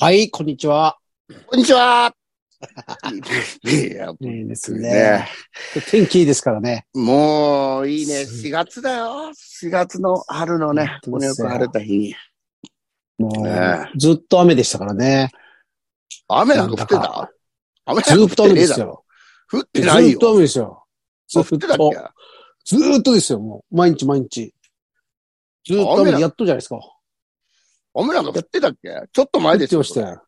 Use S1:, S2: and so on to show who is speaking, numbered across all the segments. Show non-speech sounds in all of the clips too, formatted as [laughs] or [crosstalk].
S1: はい、こんにちは。
S2: こんにちは [laughs] いや、
S1: いいです
S2: ね。
S1: 天気いいですからね。
S2: もういいね。
S1: す
S2: 4月だよ。4月の春のね、
S1: 本当
S2: こ
S1: で
S2: のよ
S1: す
S2: く
S1: よ
S2: 晴れた日に。
S1: も
S2: ね
S1: う、ずっと雨でしたからね。
S2: 雨なんか降ってた雨
S1: ず
S2: なん
S1: っ
S2: か
S1: と
S2: 降
S1: 雨
S2: ってね
S1: で
S2: え
S1: す
S2: だろ。
S1: よ。
S2: 降っ
S1: ず
S2: てない
S1: っ
S2: よ。
S1: と雨ですよ。ず
S2: 降
S1: っ
S2: ってたっ
S1: と。ずっとですよ、もう。毎日毎日。ずっと
S2: 雨
S1: 雨
S2: だ
S1: でやっとじゃないですか。
S2: け雨なんか降ってたっけちょっと前で
S1: やって
S2: すよ。
S1: ましたよ。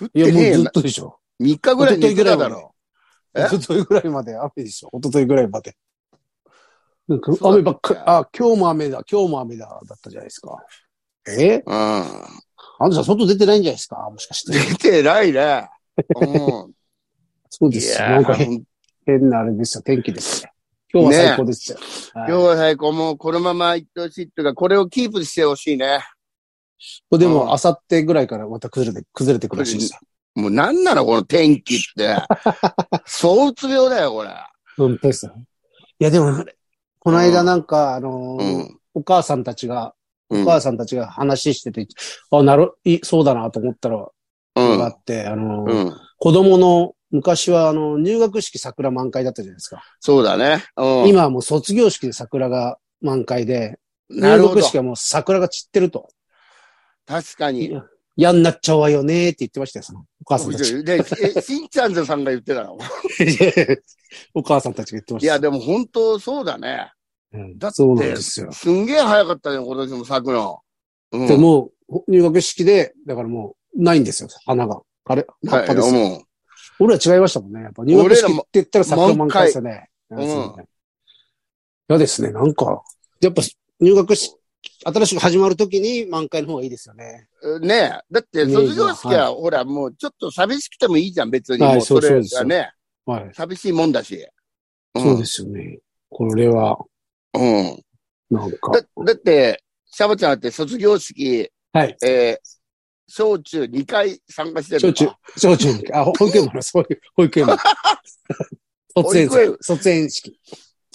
S2: 降っ
S1: い
S2: て
S1: や、も
S2: ねえ
S1: うず
S2: よ
S1: っ。とでしょ。
S2: 3日ぐらい寝てただろ。え
S1: 一昨日ぐらいまで雨でしょ。一昨日ぐらいまで。なんか
S2: そう
S1: 雨ば
S2: だっ
S1: ったかり、あ、今日も雨だ、今日も雨だ、だったじゃないですか。え
S2: うん。
S1: あのさん、外出てないんじゃないですかもしかして。
S2: 出てな
S1: [laughs]
S2: いね。うん。
S1: そうで
S2: い
S1: すよ。
S2: や
S1: なんか
S2: ー、
S1: 変
S2: 本
S1: 変なあれですよ。天気ですね。今日は最高ですよ。はい
S2: 今日は最高。もうこのまま行ってほしいっていうか、これをキープしてほしいね。
S1: これでも、
S2: うん
S1: 明後日ぐらいからまた崩れて、崩れてくるらしいですよ。
S2: もうなんなのこの天気って。
S1: [laughs]
S2: そううつ病だよ、これ。
S1: 本当ですよ。いや、でも、この間なんか、あのー
S2: うん。
S1: お母さんたちが、
S2: う
S1: お
S2: ん。
S1: 母さんたちが話してて、あ、なる、いい、そうだなと思ったら、があって、あのー
S2: うん。うん。
S1: 子供の、昔はあの、入学式桜満開だったじゃないですか。
S2: そうだね。うん。
S1: 今はもう卒業式で桜が満開で、
S2: な
S1: 入
S2: るほ
S1: 学
S2: ど。
S1: 式はもう桜が散ってると。
S2: 確か
S1: い
S2: に。
S1: や嫌になっちゃうわよねーって言ってましたよ、そのお母さんたち。
S2: で、え [laughs] しんちゃんさんが言ってたの。
S1: [laughs] お母さんたちが言ってま
S2: い
S1: した。
S2: や、でも本当そうだね。
S1: うん
S2: だって
S1: そうなんですよ。
S2: すんげえ早かったね、今年も咲くの。うん。
S1: でもう、入学式で、だからもう、ないんですよ、花が。あれ葉
S2: は
S1: っ
S2: い、
S1: ぱですよ。
S2: も
S1: 俺ら違いましたもんね。やっぱ入学式って言ったら桜満開ですよね。
S2: らも
S1: うん
S2: 満開
S1: そうね嫌ですね、なんか。やっぱ、入学式、新しく始まるときに満開の方がいいですよね。
S2: うねえ。だって、
S1: イメージ
S2: 卒業式は、ほら、もう、ちょっと寂しくてもいいじゃん、別に。
S1: はい
S2: もう、
S1: そ
S2: そう
S1: そう
S2: れ
S1: です
S2: がね、
S1: はい。
S2: 寂しいもんだし。うん、
S1: そうですよね。これは、
S2: うん。
S1: なんか。
S2: だだって、シャバちゃんだって卒業式、
S1: はい。
S2: えー、小中2回参加してる
S1: 小
S2: のか
S1: 中、小中の時、あ、保育園もあります。保育保
S2: [laughs]
S1: 育園も。卒園
S2: 保育園
S1: 式。卒園式。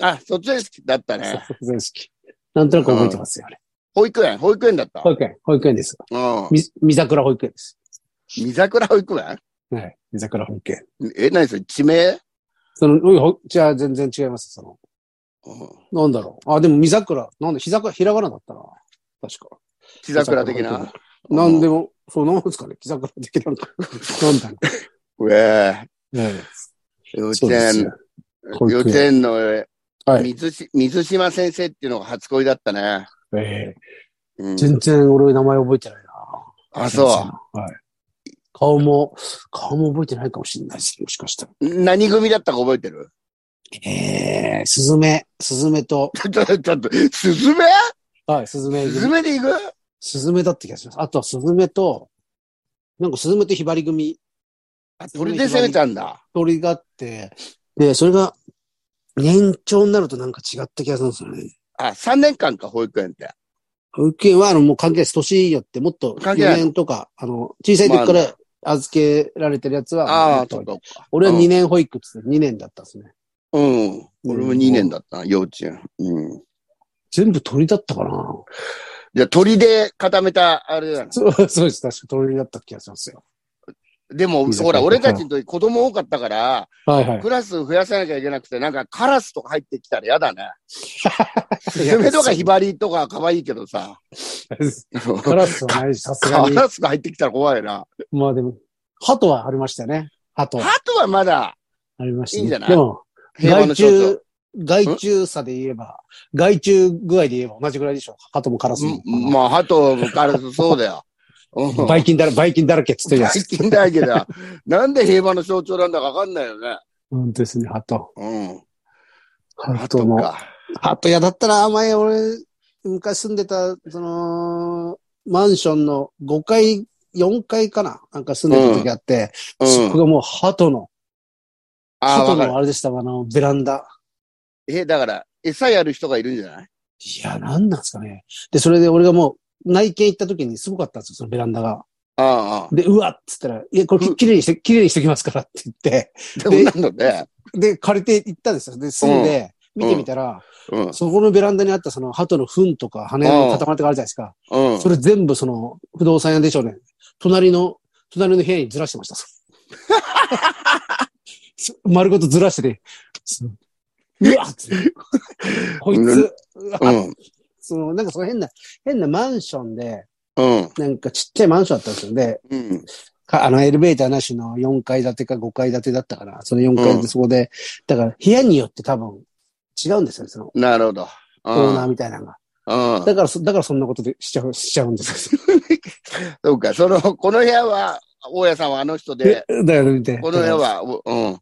S2: あ、卒園式だったね。
S1: 卒園式。なんとなく覚えてますよ、あれ。
S2: 保育園、保育園だった。
S1: 保育園、保育園です。
S2: うん。
S1: み、三桜保育園です。
S2: み三桜保育園
S1: はい。三桜保育園。
S2: え、何それ、地名
S1: その、うんほじゃあ全然違います、その。
S2: うん。
S1: なんだろう。あ、でも三桜、なんだ、ひざか、ひらがなだったな。確か。
S2: 地桜的
S1: 三
S2: な。
S1: 桜なんでも、そう、なんですかね、ひざから的なんか。なんだろ
S2: うん。うえ
S1: う。ね
S2: ー幼
S1: えそう
S2: 稚
S1: です
S2: 園
S1: よ、。保
S2: 幼
S1: 育
S2: 稚
S1: 園。
S2: 園の、え
S1: は
S2: ー
S1: い。
S2: 水し水島先生っていうのが初恋だったね。
S1: ええ
S2: うん、
S1: 全然俺名前覚えてないな。。
S2: あ、そう
S1: はい。顔も、顔も覚えてないかもしれないです。もしかしたら。
S2: う。何組だったか覚えてる [laughs]
S1: ええー、スズメ、スズメと、
S2: ちょっと、ちょっと、スズメ
S1: はい、スズメ
S2: ス、ズメで行く
S1: スズメだった気がします。あとはスズメと、なんかスズメとヒバリ組、
S2: あ、それで攻めたんだ。
S1: 鳥があって、で、それが、年長になるとなんか違った気がするんですよね。
S2: あ、3年間か、保育園って。
S1: 保育園は、あの、もう関係ないです。年によって、もっと4
S2: 関係ない
S1: 年とか、あの、小さい時から預けられてるやつは、
S2: あ
S1: も
S2: あ
S1: っ、と
S2: そっか。そっか
S1: 俺は2年保育っつって2年だったんですね。
S2: うん。俺も2年だったな、幼稚園。うん。
S1: 全部鳥だったかな
S2: じゃあ、鳥で固めた、あれだな。
S1: そう、そうです。確か鳥だった気がしますよ。
S2: でも、
S1: 水
S2: ほら、
S1: か
S2: 俺たちの時子供多かったから、
S1: はいは
S2: クラス増やさなきゃいけなくて、なんかカラスとか入ってきたら嫌だね。スズメとかヒバリとか可愛いけどさ。
S1: カラスはないし、さすが
S2: カ
S1: に。
S2: ラスが入ってきたら怖いな。
S1: まあでも、鳩はありましたよね。鳩は
S2: ハトはまだ
S1: ありました、ね。
S2: いいんじゃない
S1: でも、
S2: 平和
S1: 害
S2: の象徴
S1: 虫。、害虫差で言えば、害虫具合で言えば同じぐらいでしょ。鳩もカラスも。
S2: うんまあ、ハトもカラス、そうだよ。うん
S1: バイキンだら、バイキンだらけっつってるやつ。
S2: 最近だけど、なんで平和の象徴なんだかわかんないよね。
S1: 本当ですね、鳩。
S2: うん。
S1: 鳩も。
S2: か。
S1: 鳩嫌だったら、前俺、昔住んでた、その、マンションの5階、4階かななんか住んでた時あって、
S2: う
S1: そこ
S2: ん。
S1: がもう鳩の、
S2: ああ、
S1: 鳩
S2: わかる
S1: の。あれでしたわ、あの、ベランダ。
S2: え、だから、餌やる人がいるんじゃない
S1: いや、なんなんですかね。で、それで俺がもう、内見行った時にすごかったんですよ、そのベランダが。
S2: ああ、ああ。
S1: で、うわっつったら、いや、これききれいにして、きれいにしてきますからって言って、 [laughs]
S2: でも [laughs] なんだね。
S1: で、借りて行ったんですよ。で、住んで、見てみたら、
S2: うん。
S1: そこのベランダにあったその鳩の糞とか羽の塊とかあるじゃないですか。
S2: うん
S1: そ。れ全部その不動産屋でしょうね。隣の、隣の部屋にずらしてました。 [laughs] そ丸ごとずらしてて、そううわっつってこいつ、うわ
S2: うん。
S1: その、なんかその変な、変なマンションで、
S2: うん。
S1: なんかちっちゃいマンションだったんですよ。で、
S2: うん。
S1: かあのエレベーターなしの4階建てか5階建てだったから、その4階
S2: う
S1: で
S2: ん
S1: そこで、だから部屋によって多分違うんですよね、その
S2: なるほど。う
S1: オーナー
S2: ん。
S1: みたいなのが。
S2: うん。
S1: だからそ、だからそんなことでしちゃう、しちゃうんですよ。
S2: そうか、その、この部屋は、大家さんはあの人で
S1: で、、 [laughs] だよね、見て。
S2: この部屋は、おうん。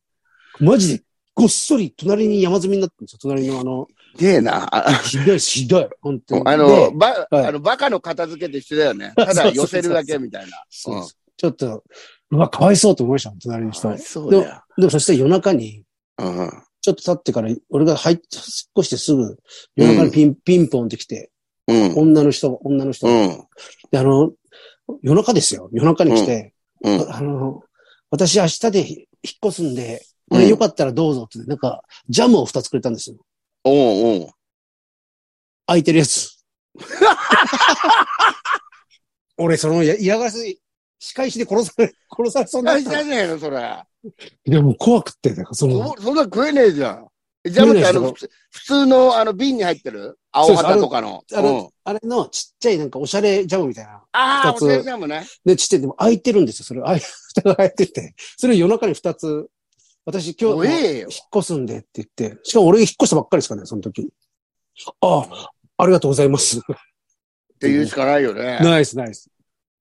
S1: マジで、ごっそり隣に山積みになってるんですよ。隣のあの、
S2: でえな。あ
S1: ひどい、ひどい、本当に。
S2: あ
S1: で
S2: の、、ば、
S1: はい
S2: あの、バカの片付けと一緒だよね。ただ寄せるだけみたいな。
S1: そうですちょっと、うわ、かわいそうと思いました、隣の人。で
S2: そうだよ。
S1: もそしたら夜中に、
S2: うん。
S1: ちょっと経ってから、俺が入っ、引っ越してすぐ、夜中にピン、ピンポンって来て、
S2: うん。
S1: 女の人、女の人、
S2: うん。
S1: で、あの、夜中ですよ。夜中に来て、
S2: うん。
S1: あの、私明日で引っ越すんで、これよかったらどうぞって、なんか、ジャムを2つくれたんですよ。
S2: おうおう。
S1: 空いてるやつ。俺、そのや嫌がらせ、仕返しで殺され、殺されそうにな
S2: 大
S1: っ
S2: 事
S1: た。
S2: じゃねえの、それ。
S1: いや、もう怖くて、だからその、
S2: そそんな食えねえじゃん。ジャムってあ
S1: 食えな
S2: の、
S1: い
S2: 普通普通のあの瓶に入ってる青旗とかの。
S1: そうですあのあれのちっちゃいなんかおしゃれジャムみたいな。
S2: ああ、
S1: 二
S2: お
S1: つ
S2: 世話ジャムね。
S1: で、ちっちゃい、でも空いてるんですよ。それ、あい、蓋が開いてて。それを夜中に2つ、私今
S2: お
S1: 日、
S2: ええよ。
S1: 引っ越すんでって言って、しかも俺が引っ越したばっかりですからね、その時。ああ、ありがとうございます。
S2: って言うしかないよね。
S1: ナイスナイス。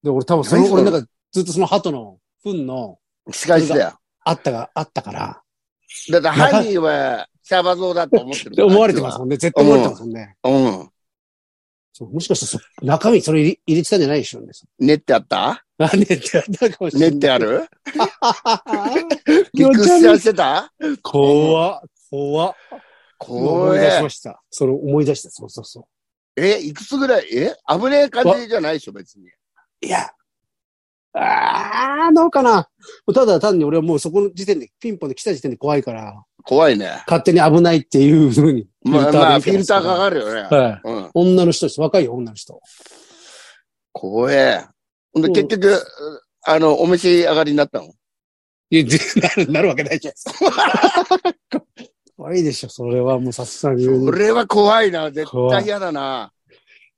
S1: で、俺多分そ
S2: ナイ
S1: の、
S2: スだ
S1: 俺
S2: な
S1: なんかずっとその鳩の糞の
S2: 仕返しだよ。
S1: あったが、あったから、
S2: だって犯人はシャバ像だと思ってる
S1: で
S2: から。
S1: 思われてますもんね。絶対思われてますもんね。
S2: うん。
S1: そうもしかしてそ中身それ入れ入れてたんじゃないでしょうね。
S2: 練ってあった
S1: あ、 [laughs] ねってあったかもし
S2: 練
S1: れ
S2: って
S1: ない。
S2: あ
S1: [laughs]
S2: る
S1: って。
S2: リクスチャンしてた
S1: 怖っ、怖っ。思
S2: 怖
S1: い出し
S2: え
S1: ま。した。それ思い出して、そうそうそ
S2: え、いくつぐらいえ危ねえ感じじゃないでしょ、別に。
S1: う。いや。あー、どうかな。ただ単に俺はもうそこの時点で、ピンポンで来た時点で怖いから、
S2: 怖いね。
S1: 勝手に危ないっていうふうに。
S2: まあまあ、フィルターか
S1: る。
S2: かるよね。
S1: はい。
S2: うん。
S1: 女の人です。若いよ、女の人。
S2: 怖え。ほんで、
S1: うん
S2: 結局、あの、お召し上がりになったの
S1: いや、なる、なるわけないじゃないですか。 [laughs] 怖いでしょ、それはもうさすがに。
S2: そ
S1: も
S2: れは怖いな。絶
S1: 怖い
S2: 対嫌だな。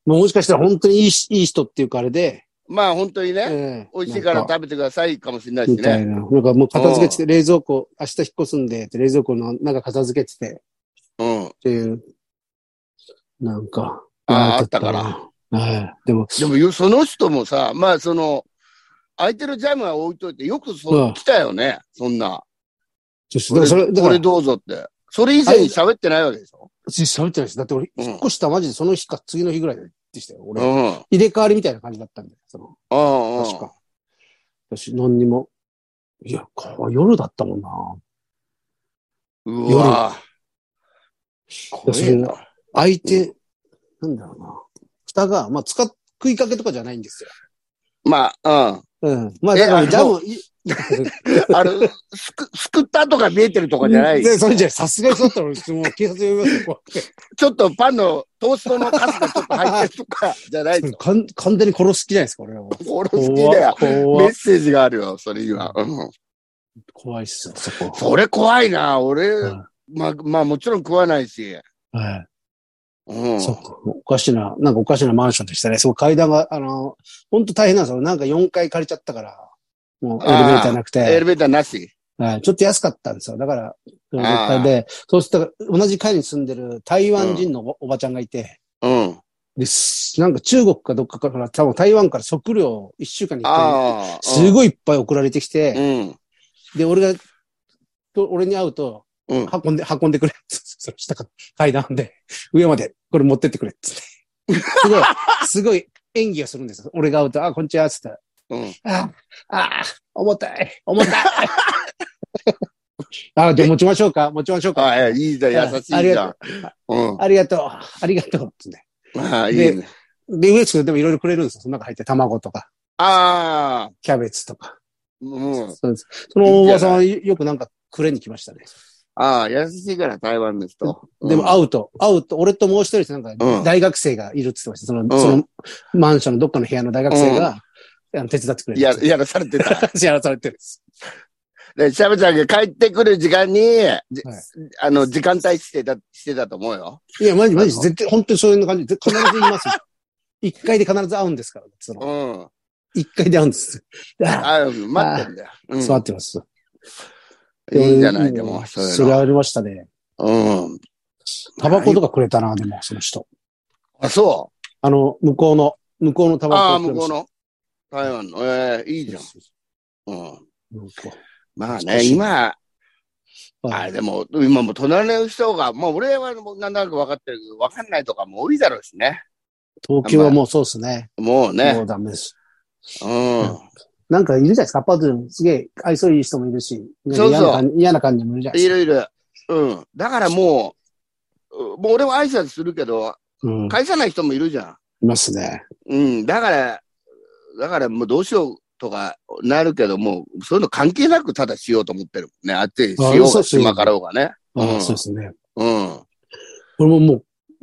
S1: うもしかしたら本当にいいしいい人っていうかあれで、
S2: まあ、本当にね、
S1: ええ
S2: 美味しいから
S1: なんか
S2: 食べてくださいかもしれないし
S1: みたい
S2: ね。
S1: な。なんかもう片付けてて、冷蔵庫、明日引っ越すんで、って冷蔵庫の中片付けてて、
S2: うん。
S1: っていう。なんか。
S2: あー
S1: なんな。はい。でも、
S2: でもよ、その人もさ、まあ、その、空いてるジャムは置いといて、よく
S1: う
S2: そ
S1: ん、
S2: 来たよね、そんな。
S1: ちょそ
S2: これ、
S1: れ、それ、だ
S2: こ
S1: か
S2: れ
S1: ら、
S2: どうぞって。それ以前に喋ってないわけでしょ
S1: 喋ってないです。だって俺、
S2: うん
S1: 引っ越したマジでその日か次の日ぐらいでしたよ。
S2: う
S1: 俺、
S2: ん。うん。
S1: 入れ替わりみたいな感じだったんで、その、
S2: うん。
S1: 確か。私、何にも。いや、これ夜だったもんな。
S2: うわぁ。怖えな。
S1: 空いて、なんだろうな。蓋が、まあ、使っ、食いかけとかじゃないんですよ。
S2: まあ、
S1: うん。まあ、
S2: え
S1: だから、
S2: あの
S1: ジャム、い
S2: うん。 [laughs] あれ、すく、すくったとか見えてるとかじゃない。
S1: でそれじゃ、さすがにそうだったら、俺もう警察呼びますよ、怖くて
S2: ちょっとパンのトーストの数がちょっと入ってるとかじゃないぞ。
S1: かん完全に殺す気じゃないですか、俺は。
S2: 俺好きだよ。メ
S1: 怖
S2: ッセージがあるよ、それには。うん。
S1: 怖いっすよ、そこ。
S2: それ怖いな、俺。
S1: うん
S2: まあ、まあもちろん食わないし。
S1: は
S2: う
S1: い。
S2: ん。
S1: そっか。おかしな、なんかおかしなマンションでしたね。そう、階段が、あの、本当大変なんですよ。なんか4階借りちゃったから、もうエレベーターなくて。
S2: エレベーターなし。
S1: はい、ちょっと安かったんですよ。だから、絶
S2: あ
S1: 対で、そうしたら、同じ階に住んでる台湾人のお,、ばちゃんがいて、
S2: うん。
S1: です。なんか中国かどっかから、多分台湾から食料を一週間に一回、
S2: ああ。
S1: すごいいっぱい送られてき
S2: う
S1: て、
S2: ん。
S1: で、俺が、と俺に会うと、
S2: うん。
S1: 運んで、運んでくれ。 [laughs] それ下から階段で、上まで、これ持ってってくれ。つって。すごい、すごい演技をするんですよ。俺が会うと、あ、こんにちは、つって。
S2: うん。
S1: あ、あ、重たい、重たい。 [laughs] あ、じゃあ持ちましょうか、持ちましょうか。
S2: ああ、いいじゃん、優しい
S1: あり
S2: じゃん
S1: が。
S2: うん。
S1: ありがとう、ありがとう。ってね。
S2: ああ、いいね。
S1: で、ウエスでもいろいろくれるんですよ。その中入って卵とか、
S2: ああ、
S1: キャベツとか。
S2: うん。
S1: そうです。そのおばさんはよくなんかくれに来ましたね。
S2: ああ、優しいから、台湾の人。
S1: でも
S2: あ、
S1: 会うと、会うと、俺ともう一人なんか
S2: うん
S1: 大学生がいるって言ってました。その、
S2: ん
S1: そのマンションのどっかの部屋の大学生が、あの手伝ってくれる。 [laughs]
S2: や、やらされてた。
S1: やらされてるんです。
S2: で、シャブちゃんが帰ってくる時間に、じあの、時間帯してた、してたと思うよ。
S1: いや、マジマジ、絶対、本当にそういう感じで、必ず言いますよ。一回で必ず会うんですから、その、
S2: うん。
S1: 一回で会うんです。あ
S2: あ、待ってんだよ。う
S1: 座ってます。
S2: ん。いいんじゃない、で
S1: う
S2: も、そう
S1: そ
S2: いう
S1: れ
S2: の。
S1: ありましたね。
S2: うん。
S1: タバコとかくれたな、でも、その人。
S2: あ、そ
S1: あの、向こうの、向こうのタ
S2: う。あ
S1: バ
S2: あ、
S1: コをく
S2: 向
S1: れ
S2: こ
S1: ま
S2: う
S1: した。
S2: の。台湾の。ええいいじゃん。うん。
S1: 向こ
S2: まあね、今、
S1: うは
S2: あ
S1: い
S2: でも、今もう隣の人が、まあ俺はもうなんとなく分かってるけど、分かんないとかも多いだろうしね。
S1: 東京はもうそうですね。
S2: も
S1: も
S2: うね。
S1: うダメです。
S2: う
S1: なんかいるじゃないですか、アパートでもすげえ愛想いい人もいるし、なんか
S2: そうそ
S1: 嫌な感
S2: う。
S1: じ嫌な感じもいるじゃなんい
S2: い
S1: ですか。
S2: るいる。うん。だからもう、うもう俺は挨拶するけど、
S1: うん、
S2: 返さない人もいるじゃ
S1: いますね。
S2: ん。うん。だから、だからもうどうしようとかなるけど、もうそういうの関係なくただしようと思ってるもんね。あっちしよう
S1: あそ
S2: が
S1: うそう
S2: 島からうがね。
S1: ああ
S2: うん
S1: そうですね。
S2: うん。
S1: 俺もも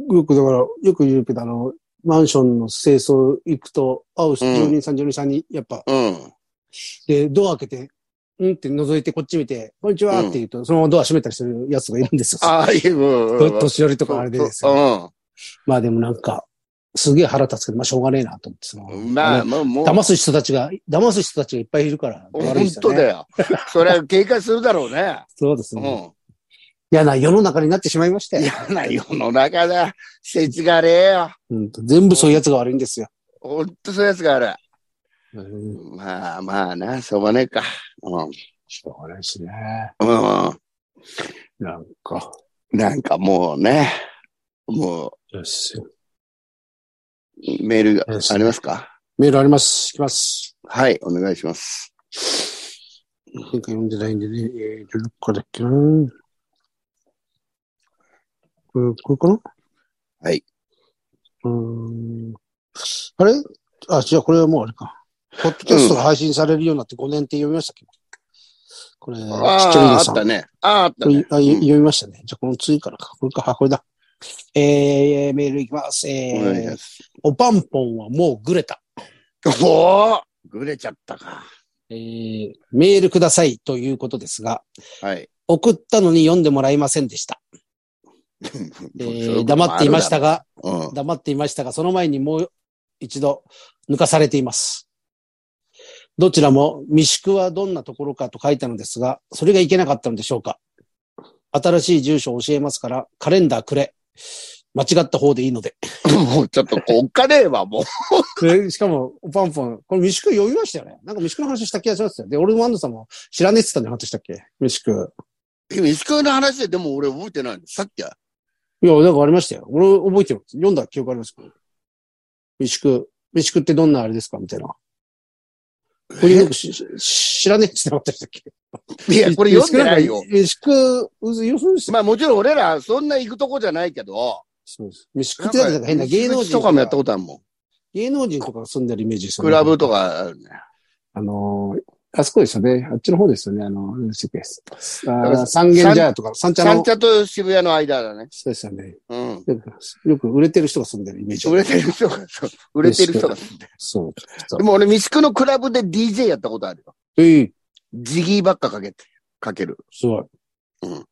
S1: う、よくだから、よく言うけど、あの、マンションの清掃行くと、会う人
S2: うん
S1: 住人さん、住人さんに、やっぱ、
S2: うん。
S1: で、ドア開けて、うんって覗いてこっち見て、こんにちはって言うと、そのままドア閉めたりするやつがいるんですよ。
S2: ああ、いい。うんうんうん
S1: 年寄りとかあれでですよ。まあでもなんか、すげえ腹立つけど、まあしょうがねえなと思って、その
S2: うん。まあ、
S1: あ
S2: まあ、も
S1: の
S2: う。
S1: 騙す人たちが、騙す人たちがいっぱいいるから、悪い
S2: 本
S1: ですよ
S2: 当
S1: ね。
S2: だよ。それは警戒するだろうね。
S1: そうです
S2: う
S1: ね。
S2: ん。
S1: 嫌な世の中になってしまいましたよ。
S2: 嫌な世の中だ。せちがれえよ。
S1: うん全部そういうやつが悪いんですよ。
S2: ほんとそういうやつがある。
S1: うん
S2: まあまあな、しょうがねえか。うん。
S1: しょうがないしね。
S2: う
S1: なんか、
S2: ん。なんかもうね、も
S1: よし。
S2: うメールが
S1: よし
S2: ありますか
S1: メールあります。来ます。
S2: はい、お願いします。
S1: 前回読んでないんでね。えー、どっかだっけなこれ、これかな
S2: はい。
S1: うーん。あれあ、じゃあこれはもうあれか。ポッドキャストが配信されるようになって5年って読みましたっけ、これ、ちっちゃい
S2: あ
S1: 皆
S2: あ、
S1: さ
S2: あ
S1: ん。
S2: ったね。ああ、あった
S1: これ
S2: ね。
S1: あ
S2: うん
S1: ゆ読みましたね。じゃあこの次からか。これか。あ、これだ。えー、メールいきます。え
S2: お願いし
S1: ー
S2: ま、す
S1: おパンポンはもうぐれた。
S2: おおぐれちゃったか。
S1: えー、メールくださいということですが、
S2: はい。
S1: 送ったのに読んでもらえませんでした。えー黙っていました
S2: が。
S1: が、
S2: うん。
S1: 黙っていましたが、その前にもう一度抜かされています。どちらも未宿はどんなところかと書いたのですが、それがいけなかったのでしょうか。新しい住所を教えますから、カレンダーくれ。間違った方でいいので。
S2: もうちょっとおっかねえわ、もう。
S1: でしかも、おパンポン、これ未宿読みましたよね。なんか未宿の話した気がしますよ。で、俺もアンドさんも知らねえって言ったんじゃなかったでしたっけ未宿。 [laughs]
S2: 石川の話で、でも俺覚えてないの。さっきは。
S1: いや、なんかありましたよ。俺覚えてる。読んだ記憶ありますか飯食、飯食ってどんなあれですかみたいな。これよくしし知らねえってなかったでしたっけ
S2: いや、これ読んでないよ。
S1: 飯食なんか、飯食、うず、
S2: まあもちろん俺ら、そんな行くとこじゃないけど。
S1: そうです。飯食ってなんかなんか変な芸能人
S2: とかもやったことあるもん。
S1: 芸能人とかが住んでるイメージですよ
S2: ク
S1: ね。
S2: ラブとかあるね。
S1: あのー、あそこですよね。あっちの方ですよね。あの、何でしたっけ
S2: だから
S1: あー三軒茶屋とか、三茶
S2: 三
S1: の。
S2: 茶と渋谷の間だね。
S1: そうですよね。
S2: うん。
S1: なんかよく売れてる人が住んでるイメージ。
S2: 売れてる人が、そう売れてる人が。
S1: そう。
S2: でも俺、三宿のクラブで DJ やったことあるよ。
S1: ええ、
S2: ジギーばっかかけて、かける。
S1: すごい。
S2: うん。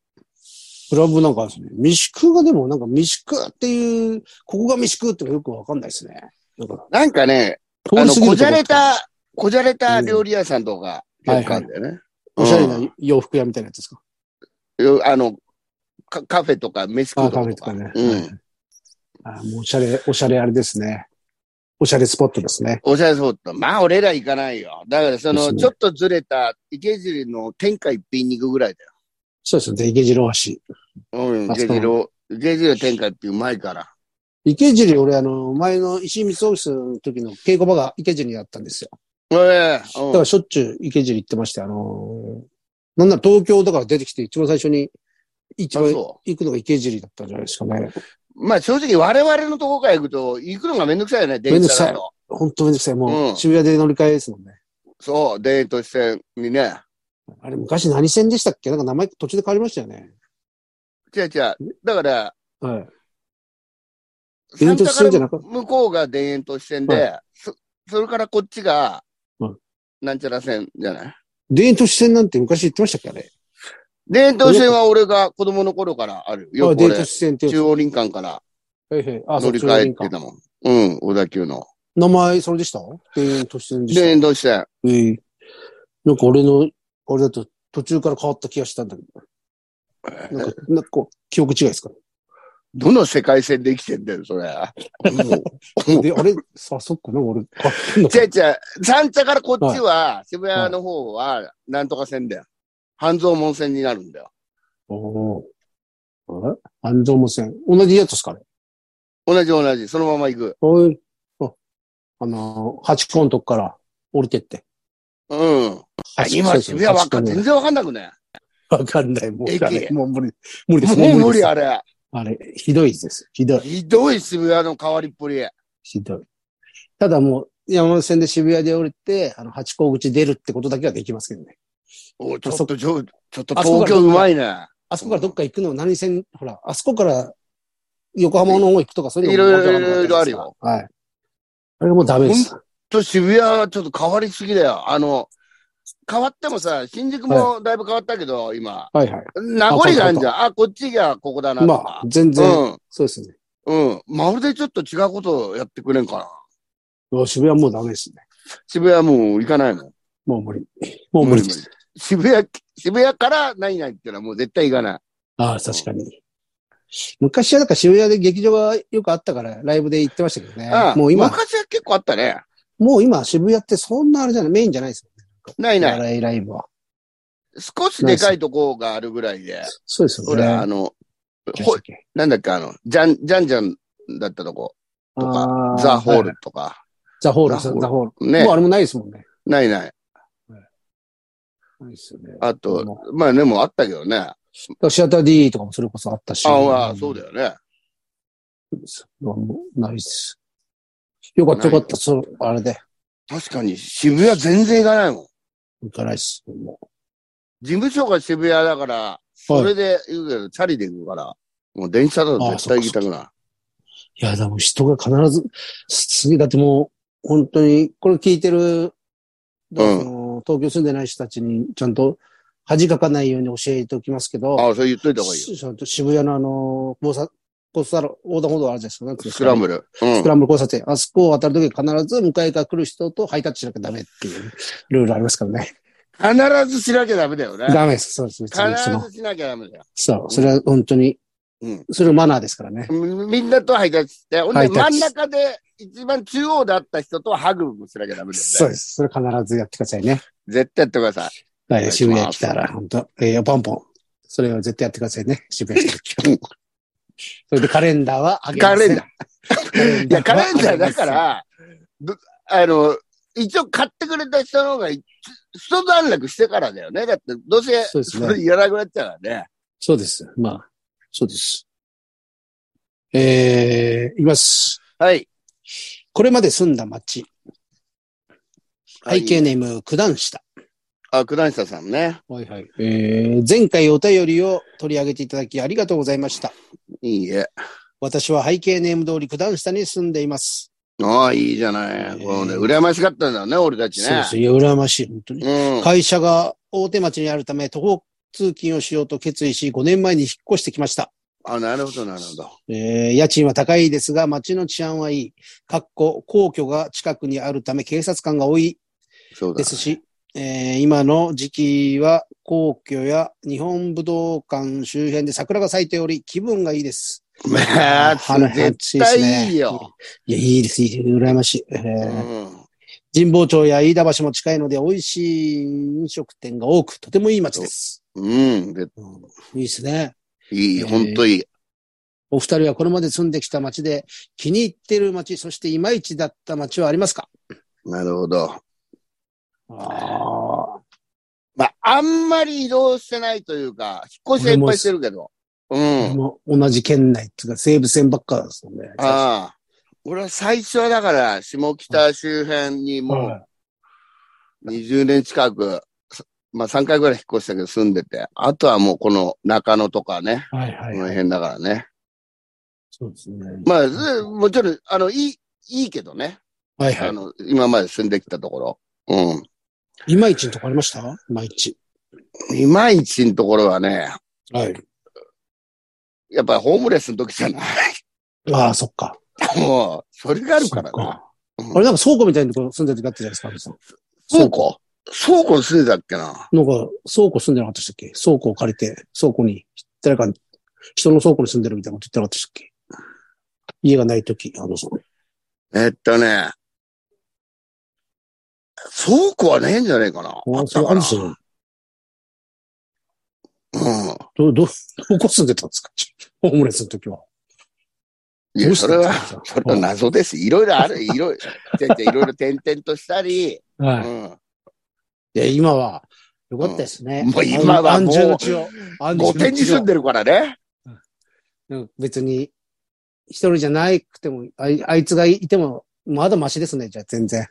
S1: クラブなんかあるんですね。未宿がでも、なんか未宿っていう、ここが未宿っていうのがよくわかんないですね。なんか、
S2: なんかね、
S1: 通
S2: あ
S1: り
S2: の、
S1: 過ぎるとこ
S2: こじゃれた、こじゃれた料理屋さんとか、結構あるんだよね。
S1: おしゃれ
S2: う
S1: なん洋服屋みたいなやつですか。
S2: よあの、カカフェとか、飯食
S1: あ、
S2: うと
S1: カ
S2: こ
S1: フェと
S2: とか。
S1: かね。
S2: うん。
S1: あもうおしゃれ、おしゃれあれですね。おしゃれスポットですね。
S2: おしゃれスポット。まあ、俺ら行かないよ。だから、そ
S1: です
S2: の、
S1: ね
S2: ちょっとずれた、池尻の天下一品に行くぐらいだよ。
S1: そうですよね。池尻大橋。
S2: うん、
S1: あそう
S2: 池尻を、池尻の天下っていう前から。
S1: 池尻、俺、あの、前の石井光オフィスの時の稽古場が池尻だったんですよ。
S2: ええ
S1: だからしょっちゅう池尻行ってまして、あのーなんなら東京とか出てきて一番最初に、一番
S2: あ
S1: 行
S2: そ
S1: くのが池尻だったんじゃないですかね。
S2: うんまあ、正直、我々のとこから行くと、行くのがめんどくさいよね、
S1: めん
S2: 電
S1: どく
S2: 車
S1: さい
S2: だと。
S1: 本当めんどくさい。も
S2: うん
S1: う、渋谷で乗り換えですもんね。
S2: そう、デートしてにね。
S1: あれ、昔何線でしたっけなんか名前途中で変わりましたよね。
S2: 違う違う。だから、
S1: はい。田
S2: 三
S1: 園都市線じ
S2: 茶
S1: ゃ
S2: か
S1: な
S2: ら
S1: かっ
S2: 向こうが田園都市線で、そそれからこっち
S1: う
S2: が、
S1: ん
S2: なんちゃら線じゃない
S1: 田園都市線なんて昔言ってましたっけあれ。
S2: 伝統線は俺が子供の頃からあるよ。
S1: あ
S2: よく
S1: 田園都
S2: 俺、
S1: 市線っていう
S2: 中央林間から
S1: はいはいあ、そ
S2: 乗
S1: う、
S2: り
S1: 中央
S2: 換え
S1: 林
S2: て
S1: 間
S2: たもん。うん、小田急の。
S1: 名前、それでした田園都市線でした。
S2: 伝統線。
S1: ええなんか俺の、あれだと途中から変わった気がしたんだけど。なんか、なんかこう、記憶違いですか
S2: どの世界線で生きてんだよ、それ。もう
S1: で、あれさ、そっか、なんか俺、変わってんのか
S2: ちゃちゃ、三茶からこっちは、渋谷の方は、なんとか線だよ。半蔵門線になるんだよ。
S1: おお。あれ安蔵門線。同じやつですかね
S2: 同じ同じ、そのまま行く。
S1: おい。あ、あのー、ハチ公のとこから降りてって。
S2: うん。あ今、渋谷わかん、全然わかんなくね。
S1: わかんない。もう、
S2: 駅
S1: あれもう無理。無理です。
S2: もう無理
S1: です
S2: あれ。
S1: あれ、ひどいです。ひどい。
S2: ひどい渋谷の変わりっぷり。
S1: ひどい。ただもう、山手線で渋谷で降りて、あの、ハチ公口出るってことだけはできますけどね。
S2: おち
S1: あ
S2: ょ
S1: そ
S2: っと、ちょちょっと
S1: あそこ
S2: 東
S1: から
S2: 京うまいね。
S1: あそこからどっか行くの、何線、ほら、あそこから横浜の方行くとか、そういうの
S2: い
S1: も
S2: ろいろ
S1: わけわかんなかった
S2: いろいろあ
S1: で
S2: る
S1: すから
S2: よ。
S1: はい。あれがもうダメです。
S2: ちょっと渋谷はちょっと変わりすぎだよ。あの、変わってもさ、新宿もだいぶ変わったけど、今。
S1: はいはい。
S2: 名残があるじゃん。あ、こっちがここだなと
S1: ま
S2: か
S1: あ、。全然、
S2: うん。
S1: そうですね。
S2: うん。まるでちょっと違うことをやってくれんかな。
S1: もう渋谷はもうダメですね。
S2: 渋谷もう行かないもん。
S1: もう無理。 [laughs] もう無理です。
S2: 渋谷、渋谷から何々っていうのはもう絶対行かない。
S1: ああ、確かに。昔はなんか渋谷で劇場がよくあったから、ライブで行ってましたけどね。
S2: ああ
S1: もう今、
S2: 昔は結構あったね。
S1: もう今渋谷ってそんなあれじゃない、メインじゃないですよね。
S2: ないない。
S1: 笑いライブは。
S2: 少しでかいとこがあるぐらいで。
S1: そうですよ
S2: 俺、あ
S1: ね。
S2: の、
S1: ほ
S2: ほ、なんだっけ、あの、じゃん、じゃんじゃんだったとこ。とかザ・ホー。ルとか。
S1: ザ・ホール、
S2: ザホール
S1: ザ・ホール。
S2: ね
S1: もう。あれもないですもんね。
S2: ないない。
S1: ないですよね。
S2: あ
S1: もう
S2: と、まあでもあったけどね。あ
S1: だからシアター D とかもそれこそあったし。
S2: あ、そうだよね。
S1: そうですよ。もうないです。よかったよかった、そう、あれで。
S2: 確かに渋谷全然行かないもん。
S1: 行かないです。も
S2: 事務所が渋谷だから、
S1: うはい
S2: それで行くけど、チャリで行くから、もう電車だと絶対行きたくない。
S1: いや、でも人が必ず、すすげえ、だってもう、本当に、これ聞いてる、だから
S2: うん
S1: その東京住んでない人たちに、ちゃんと恥かかないように教えておきますけど、
S2: ああ、それ言っといた方がいいよ。
S1: しちゃんと渋谷のあの、交差、交差路、横断歩道あるじゃないですか。
S2: スクラ
S1: ル。
S2: ンブル。うん
S1: スクランブル交差点。あそこを渡るとき必ず向かいから来る人とハイタッチしなきゃダメっていうルールありますからね。
S2: 必ずしなきゃダメだよね。
S1: ダメです。そうです。別にそ
S2: 必
S1: の、
S2: ずしなきゃダメだよ。
S1: そう、それは本当に、
S2: うん
S1: それはマナーですからね。
S2: みみんなとハイタッチして、ほん
S1: ハ
S2: で
S1: イタッ
S2: 真
S1: チ
S2: ん中で一番中央だった人とハグもしなきゃダメだよね。
S1: そうです。それ必ずやってくださいね。
S2: 絶対やってください。
S1: は
S2: お願
S1: い、
S2: いし
S1: 渋
S2: ます
S1: 谷来たら、本当えー、ポンポン。それを絶対やってくださいね、渋谷来たら
S2: うん。 [laughs]
S1: それでカレンダーはあげま
S2: カ
S1: せ
S2: レ
S1: ん
S2: ンダー。いや、カレンダーだか。
S1: は
S2: ら、どあの、一応買ってくれた人の方が、一一段落してからだよね。だって、どうせ、
S1: そうですね
S2: それいらなくなっちゃうからね。
S1: そうです。まあ、そうです。えー、いきます。
S2: はい。
S1: これまで住んだ町。背景
S2: ね。
S1: ネーム、九段下。
S2: あ、九段下さんね。
S1: はいはい。えー、前回お便りを取り上げていただきありがとうございました。
S2: いいえ。
S1: 私は背景ネーム通り九段下に住んでいます。
S2: ああ、いいじゃない。
S1: えー
S2: こうね、羨ましかったんだよね、俺たちね。
S1: そうです。いや、羨ましい、本当に。
S2: うん。
S1: 会社が大手町にあるため、徒歩通勤をしようと決意し、5年前に引っ越してきました。
S2: あ、なるほど、なるほど。
S1: えー家賃は高いですが、町の治安はいい。かっこ、皇居が近くにあるため、警察官が多い
S2: そうだ
S1: で。すし、えー今の時期は皇居や日本武道館周辺で桜が咲いており、気分がいいです。
S2: まあ、
S1: 腹立
S2: 絶
S1: ちですね
S2: 対いいよ。
S1: いや、いいです、いいです羨ましい。えー
S2: うん。
S1: 神保町や飯田橋も近いので、美味しい飲食店が多く、とてもいい町です。
S2: うん。で
S1: うんいいですね。
S2: いい、
S1: えー
S2: ほんといい。
S1: お二人はこれまで住んできた町で気に入ってる町、そしていまいちだった町はありますか
S2: なるほど。
S1: ああ。
S2: まあ、あんまり移動してないというか、引っ越しはいっぱいしてるけど。うん。
S1: もう同じ県内っていうか西武線ばっかですもんね。
S2: ああ。俺は最初はだから、下北周辺にも
S1: は
S2: う20年近く、まあ3回ぐらい引っ越したけど住んでて、あとはもうこの中野とかね、
S1: いは
S2: こ
S1: い
S2: の
S1: はい。
S2: 辺だからね。
S1: そうですね。
S2: まあ、ずもちろん、あの、いい、いいけどね。
S1: はいは
S2: あ
S1: い。
S2: の、今まで住んできたところ。う
S1: いまいちのとこありましたいまいち。
S2: ん。いまいちのところはね、
S1: はい。
S2: やっぱりホームレスの時じゃない。 [laughs]
S1: ああ、そっか。
S2: もう、それがあるから
S1: そっ
S2: な。
S1: か
S2: うん
S1: あれなんか倉庫みたいなとこ住んでる時あったじゃないですか安部さん。
S2: 倉庫倉庫に住んでたっけな。
S1: なんか、倉庫住んでなかったでしたっけ倉庫を借りて、倉庫に、誰か、人の倉庫に住んでるみたいなこと言ってなかったでしたっけ家がないとき、あの、
S2: えっとね、倉庫はねえんじゃねえかな。あ
S1: あ
S2: っ
S1: そ
S2: た
S1: れあ
S2: か
S1: る
S2: な。
S1: じゃん。
S2: う
S1: ど、ど、 [laughs] どこ住んでたんですかホームレスの時は。
S2: ん。い
S1: ど
S2: や、
S1: うし
S2: そ
S1: て
S2: れ
S1: たん
S2: は
S1: で、すか
S2: それは謎です。いろいろある、いろいろ、 [laughs] 違う違ういろいろ点々としたり、
S1: は
S2: う
S1: い。
S2: ん。
S1: いや、今は、よかったですね。
S2: もう今はもう
S1: 安住の地を。安
S2: 御殿に住んでるからね。
S1: うん別に、一人じゃなくても、あいあいつがいても、まだマシですね、じゃあ全然。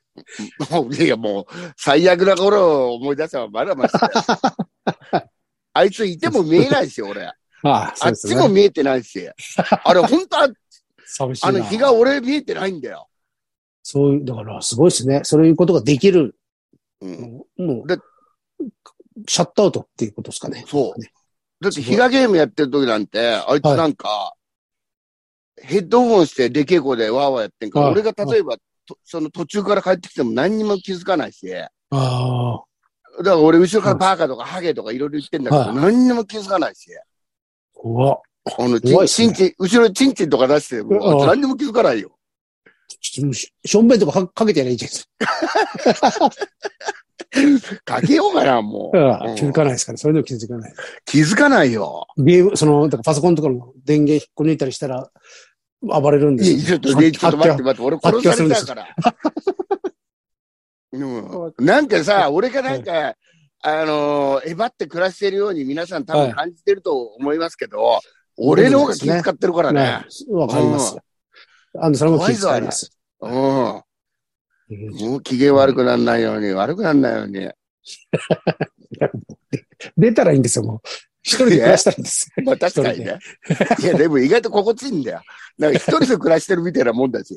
S2: もう [laughs] いや、もう、最悪な頃を思い出せばまだましだ
S1: [laughs]
S2: よあいついても見えないし、俺。
S1: ああ、そう
S2: あっ
S1: です
S2: ち
S1: ね。
S2: も見えてないし。あれ、本当あ
S1: 寂しいな。
S2: あの、日が俺見えてないんだよ。
S1: そういう、だから、すごいですね。そういうことができる
S2: うん。
S1: もう、もう
S2: で
S1: シャットアウトっていうことですかね。
S2: そう
S1: ね。
S2: だって、日がゲームやってる時なんて、あいつなんか、ヘッドホンしてでけえ声でワーワーやってんから、
S1: はい
S2: 俺が例えば、とその途中から帰ってきても何にも気づかないし、だ
S1: ああ、
S2: から俺後ろからパーカーとかハゲとかいろいろ言ってんだけど、
S1: はい
S2: 何にも気づかないし、
S1: 怖っ
S2: あの、
S1: 怖いっす
S2: チン
S1: ね
S2: チン、後ろにチンチンとか出しても、あいつ何にも気づかないよ。
S1: ちょっとししょんべんとかかかけてやればいいじゃないですか。
S2: かけようかな、もう。
S1: うん気づかないですから、ね、そういうの気づかない。
S2: 気づかないよ。
S1: ゲーム、その、だからパソコンとかの電源引っこ抜いたりしたら、暴れるんで
S2: い
S1: す
S2: やちょっと、ね、ちょっと待って待って、俺殺されたから。 [laughs] うん、なんかさ、俺がなんか、あのー、えばって暮らしてるように皆さん多分感じてると思いますけど、俺の方が気遣ってるからね。
S1: ねわかります。あの、それも気づかります。
S2: うん。
S1: うん
S2: もう機嫌悪くならないように、悪くならないように。
S1: 出たらいいんですよ、もう。一人で暮らしたらいいんですよ。
S2: [laughs] まあ確かにね。いや、でも意外と心地いいんだよ。なんか一人で暮らしてるみたいなもんだし。